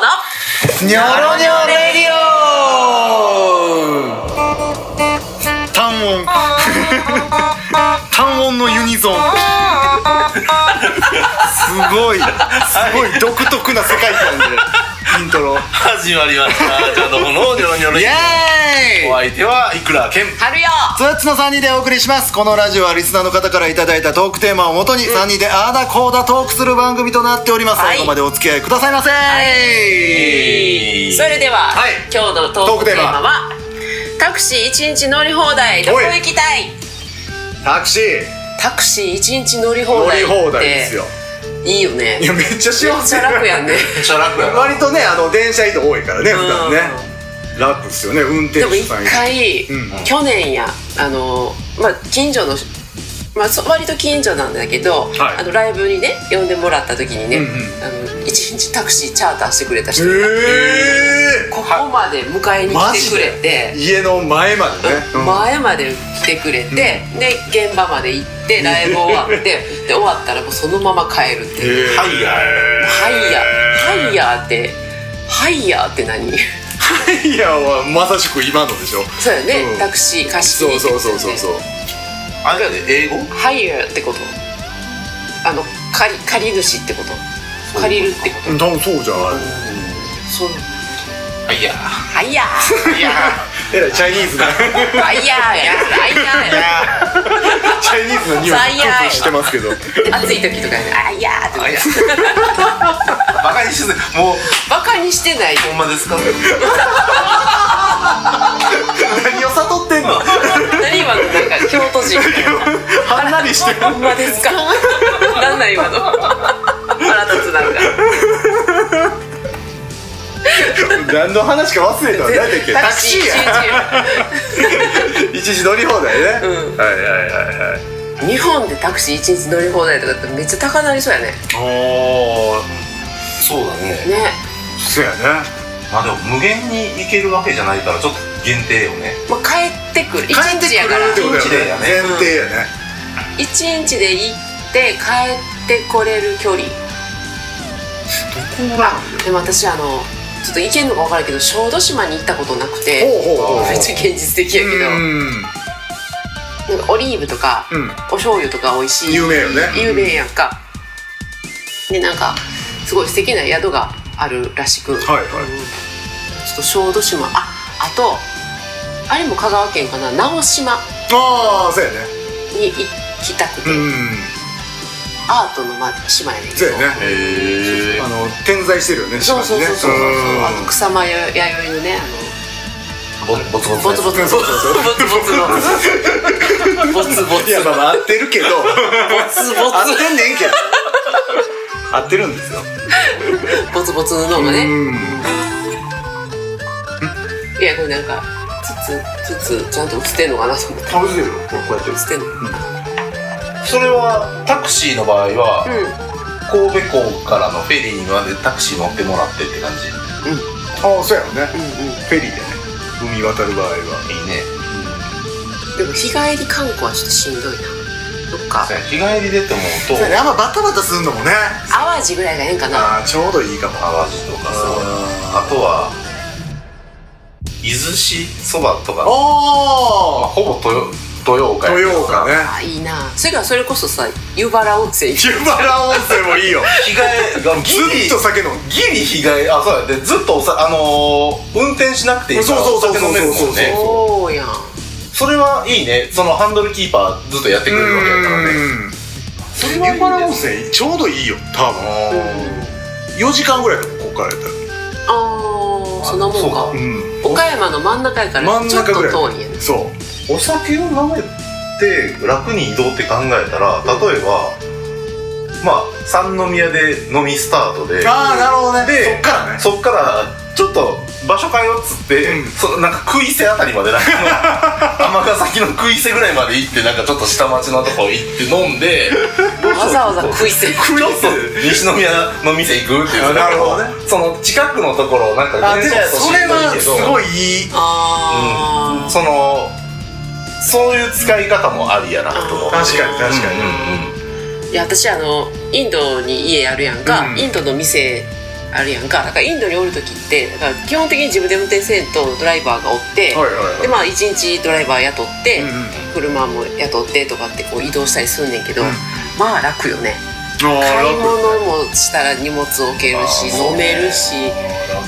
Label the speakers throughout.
Speaker 1: ニョロニョレディオ単音単音のユニゾンすごいすごい独特な世界観でイントロ
Speaker 2: 始まりました。じゃあどうものニョロニョロ
Speaker 1: イ
Speaker 2: イ
Speaker 1: エーイ
Speaker 2: お相手はいくらけん。
Speaker 3: 春よ
Speaker 1: ツッツの3人でお送りしますこのラジオはリスナーの方からいただいたトークテーマをもとに3人であーだこうだトークする番組となっております、
Speaker 3: はい
Speaker 1: 最後までお付き合いくださいませ、
Speaker 2: い
Speaker 3: それでは、
Speaker 1: はい
Speaker 3: 今日のトークテーマはタクシー一日乗り放題どこ行きたい
Speaker 1: タクシー
Speaker 3: タクシー一日乗り放
Speaker 1: 乗
Speaker 3: 題
Speaker 1: り
Speaker 3: って
Speaker 1: 放題ですよ
Speaker 3: いいよね
Speaker 1: いやめっちゃ幸せ
Speaker 3: めっちゃ楽やんね
Speaker 2: めっちゃ楽やな。
Speaker 1: 割とねあの電車移動多いからね
Speaker 3: ん
Speaker 1: 普段ね楽ですよね運 転
Speaker 3: でも
Speaker 1: 手
Speaker 3: 一
Speaker 1: さん
Speaker 3: 回、
Speaker 1: うん
Speaker 3: 去年やあのまあ近所のまあ、そ割と近所なんだけど、
Speaker 1: はい
Speaker 3: あのライブにね呼んでもらった時にね、
Speaker 1: うん
Speaker 3: あの一日タクシーチャーターしてくれた人が
Speaker 1: え
Speaker 3: ここまで迎えに来てくれて
Speaker 1: え、家の前までね、うん
Speaker 3: 前まで来てくれて、で現場まで行ってライブ終わって で終わったらもうそのまま帰るっていう、
Speaker 2: ハイヤー。
Speaker 3: ハイヤーハイヤーってハイヤーって何
Speaker 1: いやはまさしく今のでしょ
Speaker 3: そうやね、
Speaker 1: うん
Speaker 3: タクシー貸し切
Speaker 1: そ
Speaker 3: り
Speaker 1: うそうそうそうそう
Speaker 2: あれやで英語？
Speaker 3: ハイヤーってことあの借り借り主ってこと借りるってこ
Speaker 1: うん多分そうじゃない
Speaker 3: とそう
Speaker 2: ハイヤー。
Speaker 3: ハイヤー
Speaker 2: ハイヤ
Speaker 1: えらいチャイニーズ な
Speaker 3: ハイヤーやハイヤー や
Speaker 1: チャイニーズの匂い
Speaker 3: 最愛
Speaker 1: してますけど
Speaker 3: 暑い時とかねハイヤーって
Speaker 2: ー。ハイヤー。バカにしてもう
Speaker 3: バカにしてないよ
Speaker 2: ほんまですか？
Speaker 1: 何を悟ってんの
Speaker 3: 何今のなんか京都人みたいな
Speaker 1: はんなりしてる
Speaker 3: ほんまですかなんなん今の腹立つなんか
Speaker 1: 何の話か忘れたわ何だっけタクシーや一時乗り放題
Speaker 3: う
Speaker 1: ね、
Speaker 3: ん
Speaker 1: はいはいはいはい
Speaker 3: 1日日本でタクシー1日乗り放題とかってめっちゃ高なりそうやねね
Speaker 1: おお
Speaker 2: そうだね。
Speaker 1: そうやね
Speaker 2: まあでも無限に行けるわけじゃないからちょっと限定よね。
Speaker 3: まあ、帰ってくる1
Speaker 1: 帰って
Speaker 3: 日やから
Speaker 1: くるってことだよね
Speaker 2: 一日だよね
Speaker 1: 前提やね、
Speaker 3: 1日で行って帰ってこれる距離
Speaker 2: どこ
Speaker 3: あでも私あのちょっと行けんのか分からんけど小豆島に行ったことなくて
Speaker 1: ほうほうほう
Speaker 3: めっちゃ現実的やけど
Speaker 1: うん
Speaker 3: なんかオリーブとか
Speaker 1: うん
Speaker 3: お醤油とか美味しい
Speaker 1: 有名よね
Speaker 3: 有名やんか、でなんかすごい素敵な宿があるらしく、
Speaker 1: はいは
Speaker 3: う
Speaker 1: い
Speaker 3: んちょっと小豆島ああとあれも香川県かな直島
Speaker 1: ああそうやね
Speaker 3: に行きたくて、
Speaker 1: うん
Speaker 3: アートの、ま、島やねんけ
Speaker 1: そう
Speaker 3: ど
Speaker 1: やね
Speaker 2: へえ
Speaker 1: あ。の点在してるよね
Speaker 3: そうそうそうそうそう
Speaker 1: 島にねん
Speaker 3: あの草間弥生のね
Speaker 2: ボツボツ
Speaker 3: あのボツボツの
Speaker 1: そうそうそう
Speaker 3: ボツボツのボツボツ
Speaker 1: いやまあまあ合ってるけど
Speaker 3: ボツボ
Speaker 1: 合ってんねんけど合ってるんですよ
Speaker 3: ツボツボツの脳がねいやこれなんかつつつつちゃんと映ってんのかなと思って
Speaker 1: 食べてるよこうやって
Speaker 3: 映ってんの
Speaker 2: それはタクシーの場合は。
Speaker 3: うん
Speaker 2: 神戸港からのフェリーにまでタクシー乗ってもらってって感じい
Speaker 1: ああそうやろね
Speaker 3: うんうん
Speaker 1: フェリーでね海渡る場合はい
Speaker 2: ね
Speaker 3: でも日帰り観光はちょっとしんどいなどっか
Speaker 2: そうや日帰りでって思う
Speaker 1: そ
Speaker 2: と
Speaker 1: うやねあんまバタバタするのもね
Speaker 3: 淡路ぐらいがええんかな
Speaker 1: ああちょうどいいかも
Speaker 2: 淡路とかさあ
Speaker 1: あ
Speaker 2: とは伊豆市そばとか
Speaker 1: あ
Speaker 2: ほぼ豊豊岡やけど
Speaker 1: 豊岡ね
Speaker 3: あいいなそれからそれこそさ湯原温泉
Speaker 1: 湯原温泉もいいよ
Speaker 2: 日帰りあのギ
Speaker 1: ず
Speaker 2: リ
Speaker 1: っと酒飲む
Speaker 2: ギリ日帰りあそうやでずっとおさあのー運転しなくていいから
Speaker 1: そう
Speaker 2: お
Speaker 1: そうそうそ
Speaker 2: 酒
Speaker 1: う
Speaker 2: 飲めるもんね
Speaker 3: そうやん
Speaker 2: それはいいねそのハンドルキーパーずっとやってくれるわけやからね
Speaker 1: うんそれは湯原温泉ちょうどいいよ多分4時間ぐらいかここからやったら
Speaker 3: あーそんなもん
Speaker 2: そう
Speaker 3: か
Speaker 2: か
Speaker 1: うん
Speaker 3: 岡山の真ん中やから
Speaker 1: 真ん
Speaker 3: ちょっ
Speaker 1: 中
Speaker 3: と
Speaker 1: ぐらい
Speaker 3: 遠いやん
Speaker 1: そう
Speaker 2: お酒を飲めて楽に移動って考えたら例えばまあ三宮で飲みスタートで
Speaker 1: ああなるほどねそっ
Speaker 2: で
Speaker 1: からね
Speaker 2: そっからちょっと場所変えようっつって、
Speaker 1: うん
Speaker 2: そのなんか食い瀬あたりまでなんか尼崎の食い瀬ぐらいまで行ってなんかちょっと下町のとこ行って飲んで
Speaker 3: わざわざ食いせ ん
Speaker 2: ちょっと西宮の店行くっていう
Speaker 1: あなるほどね
Speaker 2: その近くのところをなんか
Speaker 1: あでも
Speaker 2: やと
Speaker 1: それは
Speaker 2: し
Speaker 1: す
Speaker 2: んどいけど
Speaker 1: ごいいい
Speaker 3: あ
Speaker 2: そのそういう使い方もありやなと思う
Speaker 1: 確かに確かに
Speaker 2: うんうんうん
Speaker 3: ーいや私あのインドに家あるやんか、
Speaker 1: うん
Speaker 3: インドの店あるやんかだからインドにおる時ってだから基本的に自分で運転せんとドライバーがおって、
Speaker 2: はいはいはい
Speaker 3: でまあ1日ドライバー雇って、
Speaker 1: うんうん
Speaker 3: 車も雇ってとかってこう移動したりすんねんけど、
Speaker 1: うん
Speaker 3: まあ楽よね買い物もしたら荷物置けるし飲めるし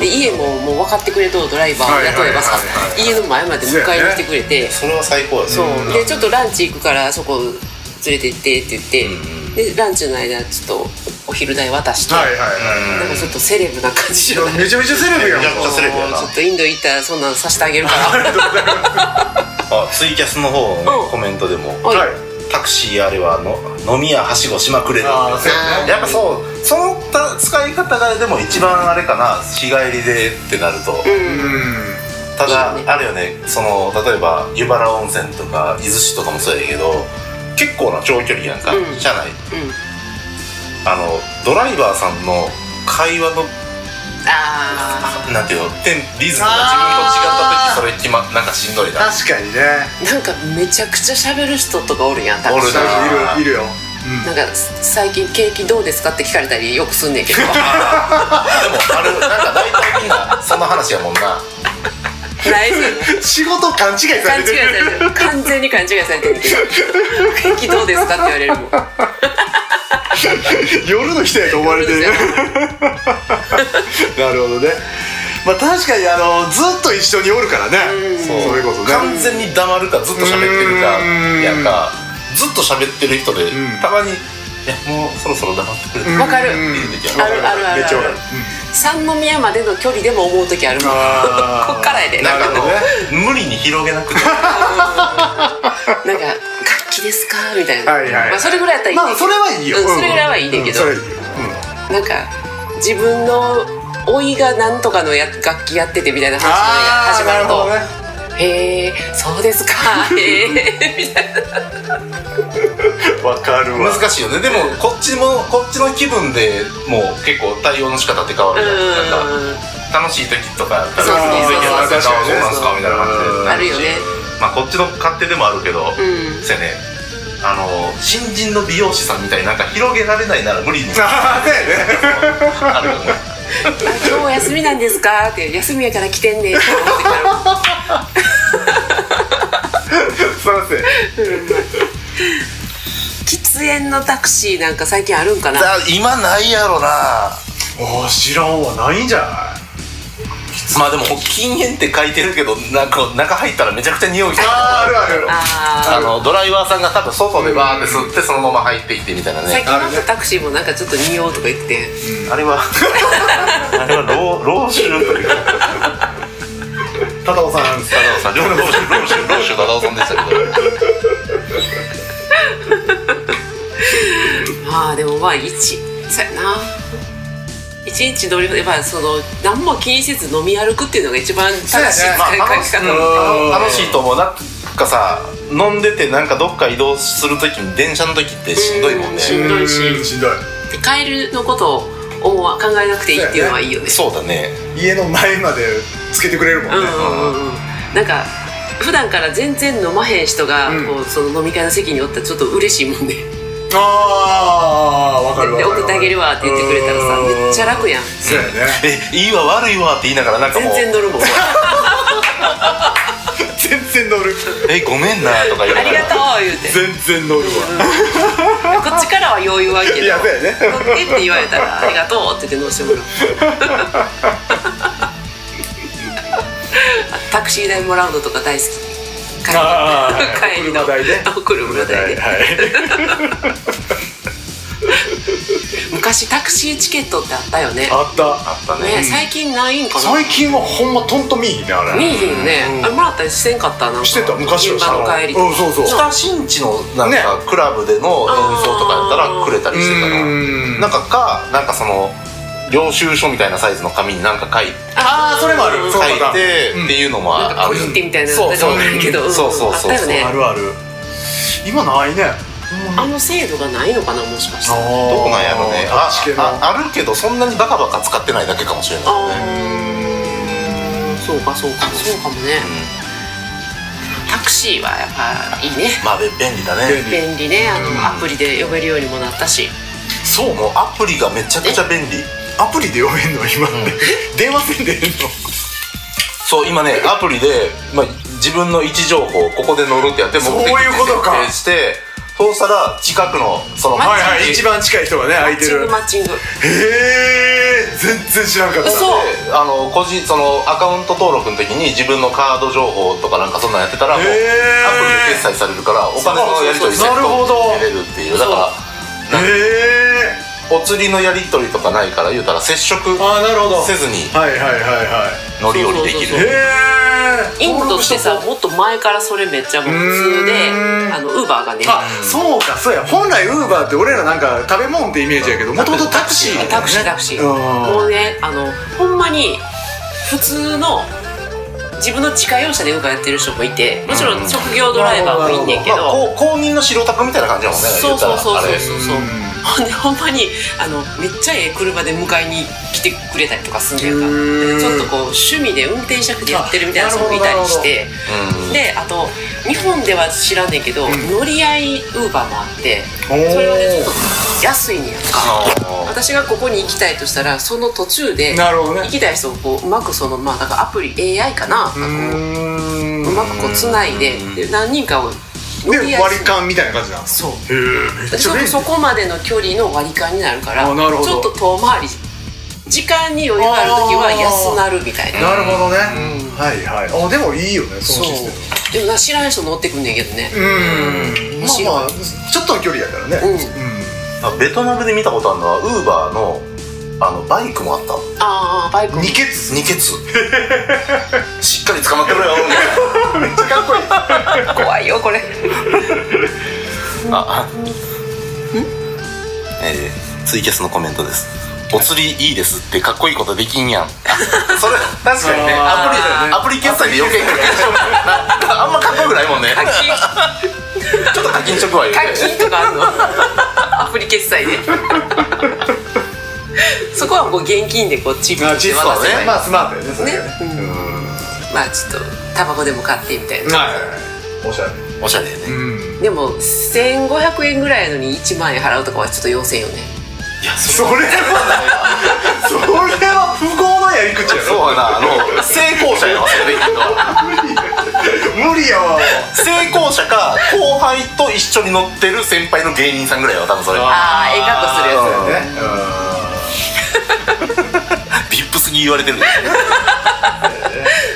Speaker 3: で家ももう分かってくれとドライバーを雇えばさ
Speaker 1: はいはいはいはい
Speaker 3: 家の前まで迎えに来てくれて
Speaker 2: それは最高やね
Speaker 3: そう
Speaker 2: うん
Speaker 3: でちょっとランチ行くからそこ連れてってって言って、
Speaker 2: うん
Speaker 3: でランチの間ちょっとお昼代渡して、
Speaker 1: はいはいは
Speaker 3: なんかちょっとセレブな感じじゃない
Speaker 1: いめちゃめちゃセレブやん
Speaker 2: めちゃくちゃセレブやな
Speaker 3: ちょっとインド行ったらそんなのさせてあげるから
Speaker 2: あツイキャスの方
Speaker 3: う
Speaker 2: の
Speaker 3: ん
Speaker 2: コメントでも
Speaker 3: おい
Speaker 1: はい
Speaker 2: タクシーあれはの飲み屋はしごしまくれる
Speaker 1: あーそうや
Speaker 3: ね
Speaker 2: やっぱそうそのた使い方がでも一番あれかな日帰りでってなると、
Speaker 3: うん
Speaker 1: うん
Speaker 2: ただ
Speaker 3: いいよね
Speaker 2: あるよねその例えば湯原温泉とか伊豆市とかもそうやけど結構な長距離やんか、
Speaker 3: うん
Speaker 2: 車内
Speaker 3: うん
Speaker 2: あのドライバーさんの会話の
Speaker 3: あ
Speaker 2: なんていうのテンリズムが自分と違った時それ決まなんかしんどいな
Speaker 1: 確かにね
Speaker 3: ーなんかめちゃくちゃ喋る人とかおるやんタク
Speaker 2: お
Speaker 3: シ
Speaker 2: る
Speaker 3: ー
Speaker 2: な
Speaker 1: 確かにいるいるよ
Speaker 3: なんか最近景気どうですかって聞かれたりよくすんねんけ ど
Speaker 2: でもあれなんか大体みんなその話やもんな
Speaker 3: ないですよね
Speaker 1: うん仕事勘違いさ
Speaker 3: 勘違
Speaker 1: れ
Speaker 3: い
Speaker 1: て
Speaker 3: さ
Speaker 1: る
Speaker 3: れてる完全に勘違いされてるけど景気どうですかって言われるもん
Speaker 1: 夜の人やと思われてるなるほどねまあ確かにあのずっと一緒におるからね
Speaker 3: うん
Speaker 1: そうそれこそね
Speaker 2: 完全に黙るかずっと喋ってるか
Speaker 1: うん
Speaker 2: やんかずっと喋ってる人で、
Speaker 1: ん
Speaker 2: たまにいやもうそろそろ黙ってくれて、
Speaker 1: うん
Speaker 3: わかる
Speaker 1: うん
Speaker 3: あるあるある
Speaker 1: めっちゃわかる
Speaker 3: 三宮までの距離でも思う時あるもん
Speaker 1: あー
Speaker 3: こっからやで
Speaker 1: なるほどね
Speaker 2: 無理に広げなくて
Speaker 3: なんか楽器ですかみたいな、
Speaker 1: はいはいはい
Speaker 3: まあ、それぐらいやったらいい
Speaker 1: ま
Speaker 3: ね
Speaker 1: あ
Speaker 3: んけど
Speaker 1: それはいいよ、
Speaker 3: うんそれぐらいはいいねんけど
Speaker 1: うそれいい
Speaker 3: なんか自分の老いがなんとかのや楽器やっててみたいな話が始まると
Speaker 1: あーなる
Speaker 3: 「へえそうですかへ え」みたいな
Speaker 1: ほどねわかるわ
Speaker 2: 難しいよねでもこっちもこっちの気分でもう結構対応の仕方って変わるじゃんなんか
Speaker 3: う ん
Speaker 2: 楽しい時とか
Speaker 3: そうそうそう
Speaker 2: 楽しい時はなんか
Speaker 1: 確かにね
Speaker 2: そうなんすかみたいな感じで
Speaker 3: あるよね
Speaker 2: まあこっちの勝手でもあるけど、
Speaker 3: うん
Speaker 2: せやねあの新人の美容師さんみたいになんか広げられないなら無 理に
Speaker 1: あーね
Speaker 2: あるよね
Speaker 3: あ今日お休みなんですか?」って「休みやから来てんねん」って思ってから
Speaker 1: すいません
Speaker 3: 喫煙のタクシーなんか最近あるんかな
Speaker 2: だ今ないやろな
Speaker 1: あー知らんわないんじゃない
Speaker 2: まあでも禁煙って書いてるけどなんか中入ったらめちゃくちゃ匂いして
Speaker 1: あーあるある
Speaker 3: あ
Speaker 2: あのドライバーさんが多分外でバーって吸ってそのまま入ってきてみたいな
Speaker 3: ー最
Speaker 2: ね
Speaker 3: 近なんかタクシーもなんかちょっと匂おうとか言ってて
Speaker 2: あれはあれは老老臭というか
Speaker 1: 高尾さん
Speaker 2: 忠夫さん老老臭老臭老臭忠夫さんでしたけど
Speaker 3: まあでもまあ1そうやな一日乗りでまあその何も気にせず飲み歩くっていうのが一番正しい
Speaker 1: そうやね
Speaker 2: まあ楽し
Speaker 3: 使い方
Speaker 1: うん
Speaker 2: うん楽しいと思うなんかさ飲んでてなんかどっか移動する時に電車の時ってしんどいもんね
Speaker 3: しんどいし
Speaker 1: うんしんどい
Speaker 3: でカエルのことを思わ考えなくていいっていうのはいいよね
Speaker 2: そうだね
Speaker 1: 家の前までつけてくれるもんね、
Speaker 3: うんうんうんうんなんか普段から全然飲まへん人が
Speaker 1: うん
Speaker 3: こうその飲み会の席におったらちょっと嬉しいもんね
Speaker 1: ああわかるわか
Speaker 3: で
Speaker 1: るわか
Speaker 3: 送ってあげるわって言ってくれたらさめっちゃ楽やん
Speaker 1: そうやね
Speaker 2: えいいわ悪いわって言いながらなんかも
Speaker 3: 全然
Speaker 2: う
Speaker 3: 乗るもんあ
Speaker 1: 全然乗る
Speaker 2: えごめんなとか言いなが
Speaker 3: り
Speaker 2: ら
Speaker 3: がとう言うて
Speaker 1: 全然乗るわ
Speaker 3: こっちからは余裕はあるけど
Speaker 1: いやそうやね
Speaker 3: 乗ってって言われた ら「ありがとう」って言って乗してもらう あタクシー代もらうのとか大好き帰り
Speaker 1: あー
Speaker 3: 帰りの
Speaker 1: 車代ね
Speaker 3: あ車代ね
Speaker 1: はい
Speaker 3: 昔タクシーチケットってあったよね
Speaker 1: あった
Speaker 2: あった
Speaker 3: ね
Speaker 2: ね
Speaker 3: 最近ないんかな
Speaker 1: 最近はほんまトントン見えへんねあ
Speaker 3: 見
Speaker 1: れ
Speaker 3: えへんよね、
Speaker 1: うん
Speaker 3: あれもらったりしてんかったなんか
Speaker 1: してた昔は
Speaker 3: 現
Speaker 1: した
Speaker 3: 場の帰りと
Speaker 1: うん
Speaker 3: か
Speaker 1: そうそう
Speaker 2: 北新地のなんかクラブでの演奏とかやったらくれたりしてたな、
Speaker 1: うん
Speaker 2: なんかかなんかその領収書みたいなサイズの紙になんか書い
Speaker 1: あーそれもある
Speaker 2: 書
Speaker 1: そう
Speaker 2: い
Speaker 1: パターン
Speaker 2: てっていうのも
Speaker 3: なんか
Speaker 2: あ
Speaker 3: 小
Speaker 2: る
Speaker 3: 切手みたいなの
Speaker 2: そ
Speaker 3: あったり
Speaker 2: う
Speaker 3: もあるけど
Speaker 2: そうそうそ
Speaker 3: あっ
Speaker 2: うそう
Speaker 3: たよね
Speaker 1: あるある今ないね
Speaker 3: あの制度がないのかなもしかしてあ
Speaker 2: ど
Speaker 1: ど
Speaker 2: こなんやろねあ
Speaker 1: あっち系の
Speaker 2: ああるけどそんなにバカバカ使ってないだけかもしれない
Speaker 3: あーそうかそうかそうかもねタクシーはやっぱいいね
Speaker 2: まあべ便利だね
Speaker 1: 便利
Speaker 3: 便利ねあのアプリで呼べるようにもなったし
Speaker 2: そうもうアプリがめちゃくちゃ便利
Speaker 4: アプリで呼べんの今って、電話せんでええの
Speaker 2: そう今ねアプリで、まあ、自分の位置情報をここで乗るってやって目
Speaker 1: そう
Speaker 2: 的
Speaker 1: いうことか
Speaker 2: 設定してそうしたら近くのその
Speaker 1: はいはい一
Speaker 2: 地
Speaker 1: 番近い人がね空いてる
Speaker 3: マッチングマッチング
Speaker 1: へえ全然知らんかった
Speaker 3: 嘘
Speaker 2: であの個人そのアカウント登録の時に自分のカード情報とかなんかそんなんやってたらもうアプリで決済されるからお金のやり取り
Speaker 1: そうそうそう
Speaker 2: してれるっていうだか
Speaker 1: へえ
Speaker 2: らお釣りのやり取りとかないから言うたら接触
Speaker 1: ああなるほど
Speaker 2: せずに
Speaker 1: はいはいはいは
Speaker 2: 乗り降りでき
Speaker 3: そうそ
Speaker 1: い
Speaker 3: う
Speaker 2: る
Speaker 1: へえ
Speaker 3: インドってさもっと前からそれめっちゃもう普通で
Speaker 1: うーん
Speaker 3: あのウーバーがね
Speaker 1: あそうかそうや本来ウーバーって俺らなんか食べ物ってイメージやけどもともとタクシーやね
Speaker 3: タクシータクシー
Speaker 1: うん
Speaker 3: もうねあのほんまに普通の自分の自家用車でウーバーやってる人もいてもちろん職業ドライバーもいんねんけ
Speaker 2: まあ
Speaker 3: ど、
Speaker 2: こう公認の白タクみたいな感じやもんね
Speaker 3: そうそうそうそう
Speaker 2: 言
Speaker 3: そううそうほんでほんまにあのめっちゃええ車で迎えに来てくれたりとかすんね
Speaker 1: うん
Speaker 3: んかちょっとこう趣味で運転したくてやってるみたいな人もいたりして
Speaker 2: たらあれうん
Speaker 3: であと日本では知らんねんけど、乗り合いウーバーもあって
Speaker 1: おー
Speaker 3: それはねちょっと安いねんやんか
Speaker 2: あ
Speaker 3: 私がここに行きたいとしたらその途中で
Speaker 1: なるほどね
Speaker 3: 行きたい人をこううまくそのまあなんかアプリ AI かななんかこ
Speaker 1: う
Speaker 3: ううまくこうつないでで何人かを乗り
Speaker 4: で
Speaker 3: 合い
Speaker 4: 割
Speaker 3: す
Speaker 4: り
Speaker 3: る
Speaker 4: 勘みたいな感じなの
Speaker 3: そう
Speaker 1: へえめっ
Speaker 3: ち
Speaker 1: ち
Speaker 3: ょ
Speaker 1: ゃ
Speaker 3: っと
Speaker 1: 便利
Speaker 3: そこまでの距離の割り勘になるから
Speaker 1: あなるほど
Speaker 3: ちょっと遠回り時間に余裕がある時は安なるみたいな
Speaker 1: なるほどねはいはいあでもいいよねそ
Speaker 3: そ
Speaker 1: のシステム
Speaker 3: うでもな知らん人乗ってくんねんけどね
Speaker 4: うん
Speaker 3: 面白い
Speaker 4: まあまあちょっとの距離やから
Speaker 3: う
Speaker 4: ね
Speaker 3: ん
Speaker 2: ベトナムで見たことあるのはウーバーのあのバイクもあったの
Speaker 3: ああバイク
Speaker 4: 二ケツ
Speaker 2: 二ケ ツしっかり捕まってろよみたい
Speaker 3: 怖いよこれ
Speaker 2: な ああえーツイキャスのコメントですお釣りいいですってかっこいいことできん やんそれ確かにね
Speaker 1: あ
Speaker 2: ア
Speaker 1: ー
Speaker 2: プリだよねアプリ決済で余計になあんまかっこよくないもんね
Speaker 3: 課金
Speaker 2: ちょっと課金しとくわよね
Speaker 3: 課金とかあんのアプリ決済で そこはこう現金でこうチップ
Speaker 1: あ
Speaker 3: して
Speaker 1: 実
Speaker 3: 渡
Speaker 1: は
Speaker 3: せばい
Speaker 1: ね
Speaker 3: い
Speaker 1: まあスマートやねそれがね
Speaker 3: ねまあちょっとタバコでも買ってみたいな
Speaker 1: はいおしゃれ
Speaker 2: おしゃれやね
Speaker 1: うん
Speaker 3: でも1500円ぐらいのに1万円払うとかはちょっと要請よね
Speaker 2: いや
Speaker 1: それはそれは不合のやり口やろ
Speaker 2: そうやなあの成功者やわそれで言うのは
Speaker 1: 無理やわ
Speaker 2: 成功者か後輩と一緒に乗ってる先輩の芸人さんぐらいやわ多分それ
Speaker 3: ああええ格好するやつ
Speaker 2: うん
Speaker 1: ねう
Speaker 2: ビップスに言われてるで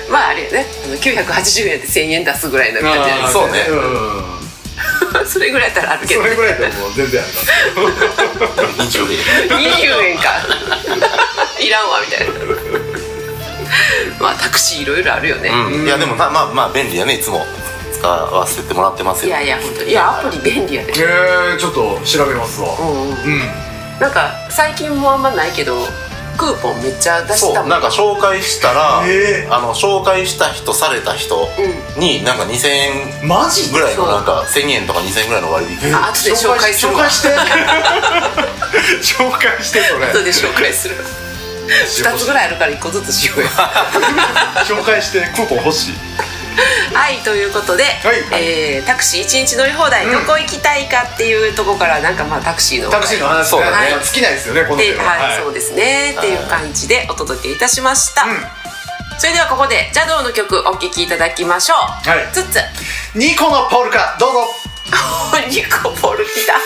Speaker 3: まああれやねあの980円で1000円出すぐらいの感じや
Speaker 1: ん
Speaker 2: あそうね
Speaker 1: うん
Speaker 3: ね それぐらいやったらあるけど
Speaker 1: それ
Speaker 3: ね
Speaker 1: ぐらいでもう全然あります
Speaker 2: 20で
Speaker 3: 20円かいらんわみたいなまあタクシーいろいろあるよね、
Speaker 2: うんいやでもなまあまあ便利やねいつも使わせてもらってます
Speaker 3: い
Speaker 2: よ
Speaker 3: やいや本当にいやアプリ便利やで、
Speaker 1: えー、ちょっと調べますわ
Speaker 3: うんうん、
Speaker 1: うん
Speaker 3: なんか最近もあんまないけどクーポンめっちゃ出し
Speaker 2: そ
Speaker 3: た
Speaker 2: う
Speaker 3: もん
Speaker 2: なんか紹介したら、
Speaker 1: えー
Speaker 2: あの紹介した人された人になんか2000円
Speaker 1: マジ
Speaker 2: ぐらいのなんか1000円とか2000円ぐらいの割引
Speaker 3: あ後で紹介する
Speaker 1: 紹
Speaker 3: わ
Speaker 1: 介して 紹介してそれ
Speaker 3: 後で紹介する2つぐらいあるから1個ずつしようよ
Speaker 1: 紹介してクーポン欲しい
Speaker 3: はいということで、
Speaker 1: はい
Speaker 3: えータクシー1日乗り放題、どこ行きたいかっていうとこからなんかまあタクシーの話
Speaker 1: タクシーの話
Speaker 2: そうだ
Speaker 3: ね
Speaker 1: はい尽きないですよねこの
Speaker 3: で
Speaker 1: 手
Speaker 3: はい、そうですね、っていう感じでお届けいたしました、それではここで邪道の曲お聴きいただきましょう、
Speaker 1: はい
Speaker 3: つっつ
Speaker 1: ニコのポルカどうぞ
Speaker 3: ニコポルキだ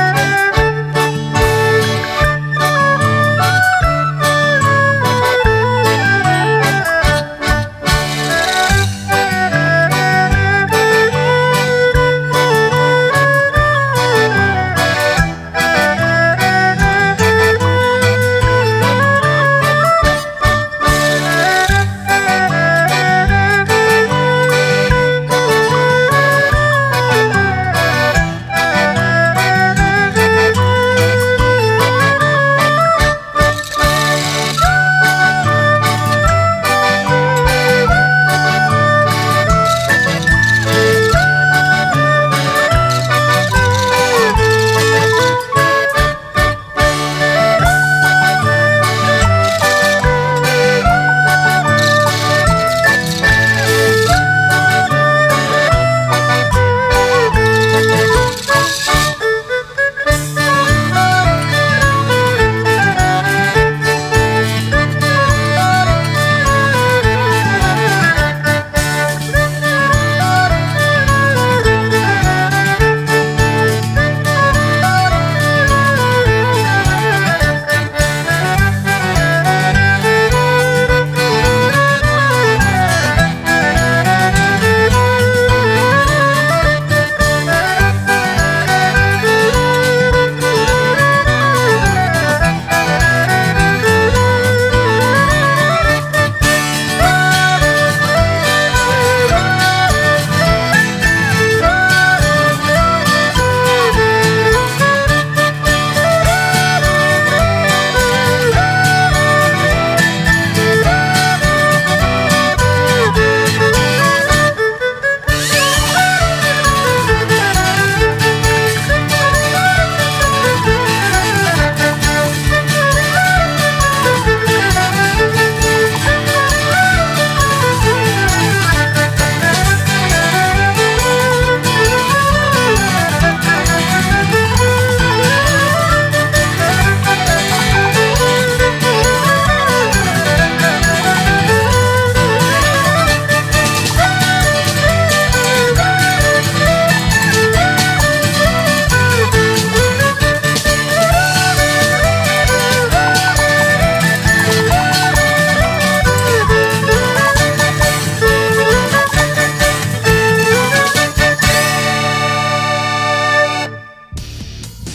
Speaker 5: 「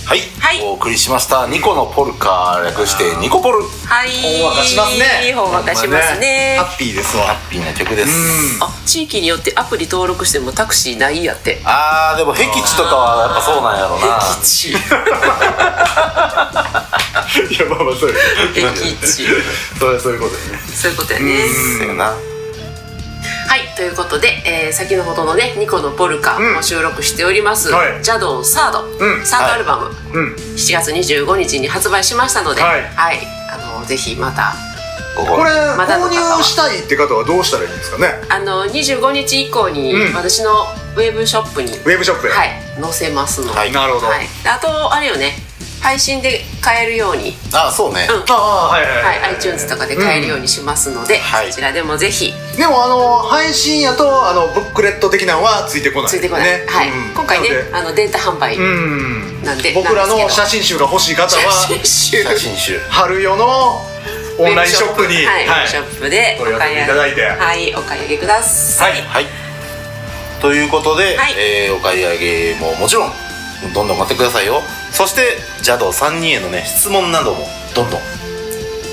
Speaker 3: はい
Speaker 2: お送りしましたニコのポルカ略してニコポル
Speaker 3: はい
Speaker 2: ほんわかしますね
Speaker 3: ほんわかしますね
Speaker 2: ハッピーですわハッピーな曲です
Speaker 3: あ地域によってアプリ登録してもタクシーないんやって
Speaker 2: あーでも僻地とかはやっぱそうなんやろうな
Speaker 3: 駅地
Speaker 2: いやまあまあそう
Speaker 3: 駅地
Speaker 2: それはそういうことですね
Speaker 3: そういうことやね
Speaker 2: そうやな
Speaker 3: はいということで、えー先ほどのねニコのポルカも収録しております、
Speaker 1: はい
Speaker 3: ジャドンサード、
Speaker 1: うん
Speaker 3: サードアルバム、
Speaker 1: うん
Speaker 3: 7月25日に発売しましたので、
Speaker 1: はい
Speaker 3: はいあのぜひまた
Speaker 2: こ
Speaker 1: こ
Speaker 2: こ
Speaker 1: れ
Speaker 3: まだの
Speaker 1: 購
Speaker 3: 方
Speaker 1: 入
Speaker 3: は
Speaker 1: したいって方はどうしたらいいんですかね
Speaker 3: あの25日以降に
Speaker 1: うん
Speaker 3: 私のウェブショップに、
Speaker 1: ウェブショップへ
Speaker 3: はい、載せますので、
Speaker 2: はい
Speaker 1: なるほど
Speaker 3: はいであとあれよね配信で買えるように、
Speaker 2: あそうね
Speaker 3: うん
Speaker 1: ああはい
Speaker 3: はい
Speaker 1: はい
Speaker 3: iTunes とかで買えるようにしますので、
Speaker 2: はい
Speaker 3: そちらでもぜひ
Speaker 1: でもあの配信やとあのブックレット的なのはついてこない
Speaker 3: ついてこない、はい
Speaker 1: うん
Speaker 3: 今回ね
Speaker 1: なので
Speaker 3: あのデータ販売
Speaker 1: うん
Speaker 3: なんで、
Speaker 1: 僕らの写
Speaker 3: 真
Speaker 1: 真集が欲しい方は
Speaker 3: 写真集
Speaker 2: 写真集
Speaker 1: 春代のオンラインショップに
Speaker 3: はい、
Speaker 1: はい
Speaker 3: ショップで
Speaker 1: 問い合わせていただいて
Speaker 3: はいお買い上げください、
Speaker 1: はい
Speaker 2: はいということで、
Speaker 3: はい
Speaker 2: えーお買い上げももちろんどんどん買ってくださいよそして邪道3人へのね質問などもどんどん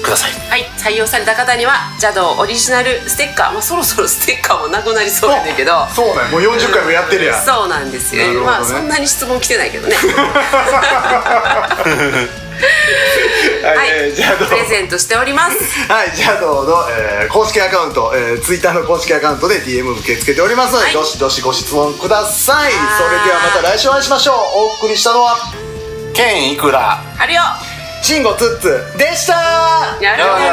Speaker 2: ください
Speaker 3: はい、採用された方にはジャドオリジナルステッカー、まあ、そろそろステッカーもなくなりそうやねんけど
Speaker 1: そうねもう40回もやってるやん
Speaker 3: そうなんですよ、
Speaker 1: なるほどね
Speaker 3: まあそんなに質問来てないけどねはい、
Speaker 1: えーじゃあどう
Speaker 3: プレゼントしております
Speaker 1: はい、ジャドーの、えー公式アカウント、えー、ツイッターの公式アカウントで DM 受け付けておりますので、
Speaker 3: はい
Speaker 1: どしどしご質問ください。それ
Speaker 3: はい
Speaker 1: ではまた来週お会いしましょう。お送りしたのは、
Speaker 2: 県いくら
Speaker 3: あるよ
Speaker 1: シンゴツッツでした
Speaker 3: やるよ
Speaker 2: やるよ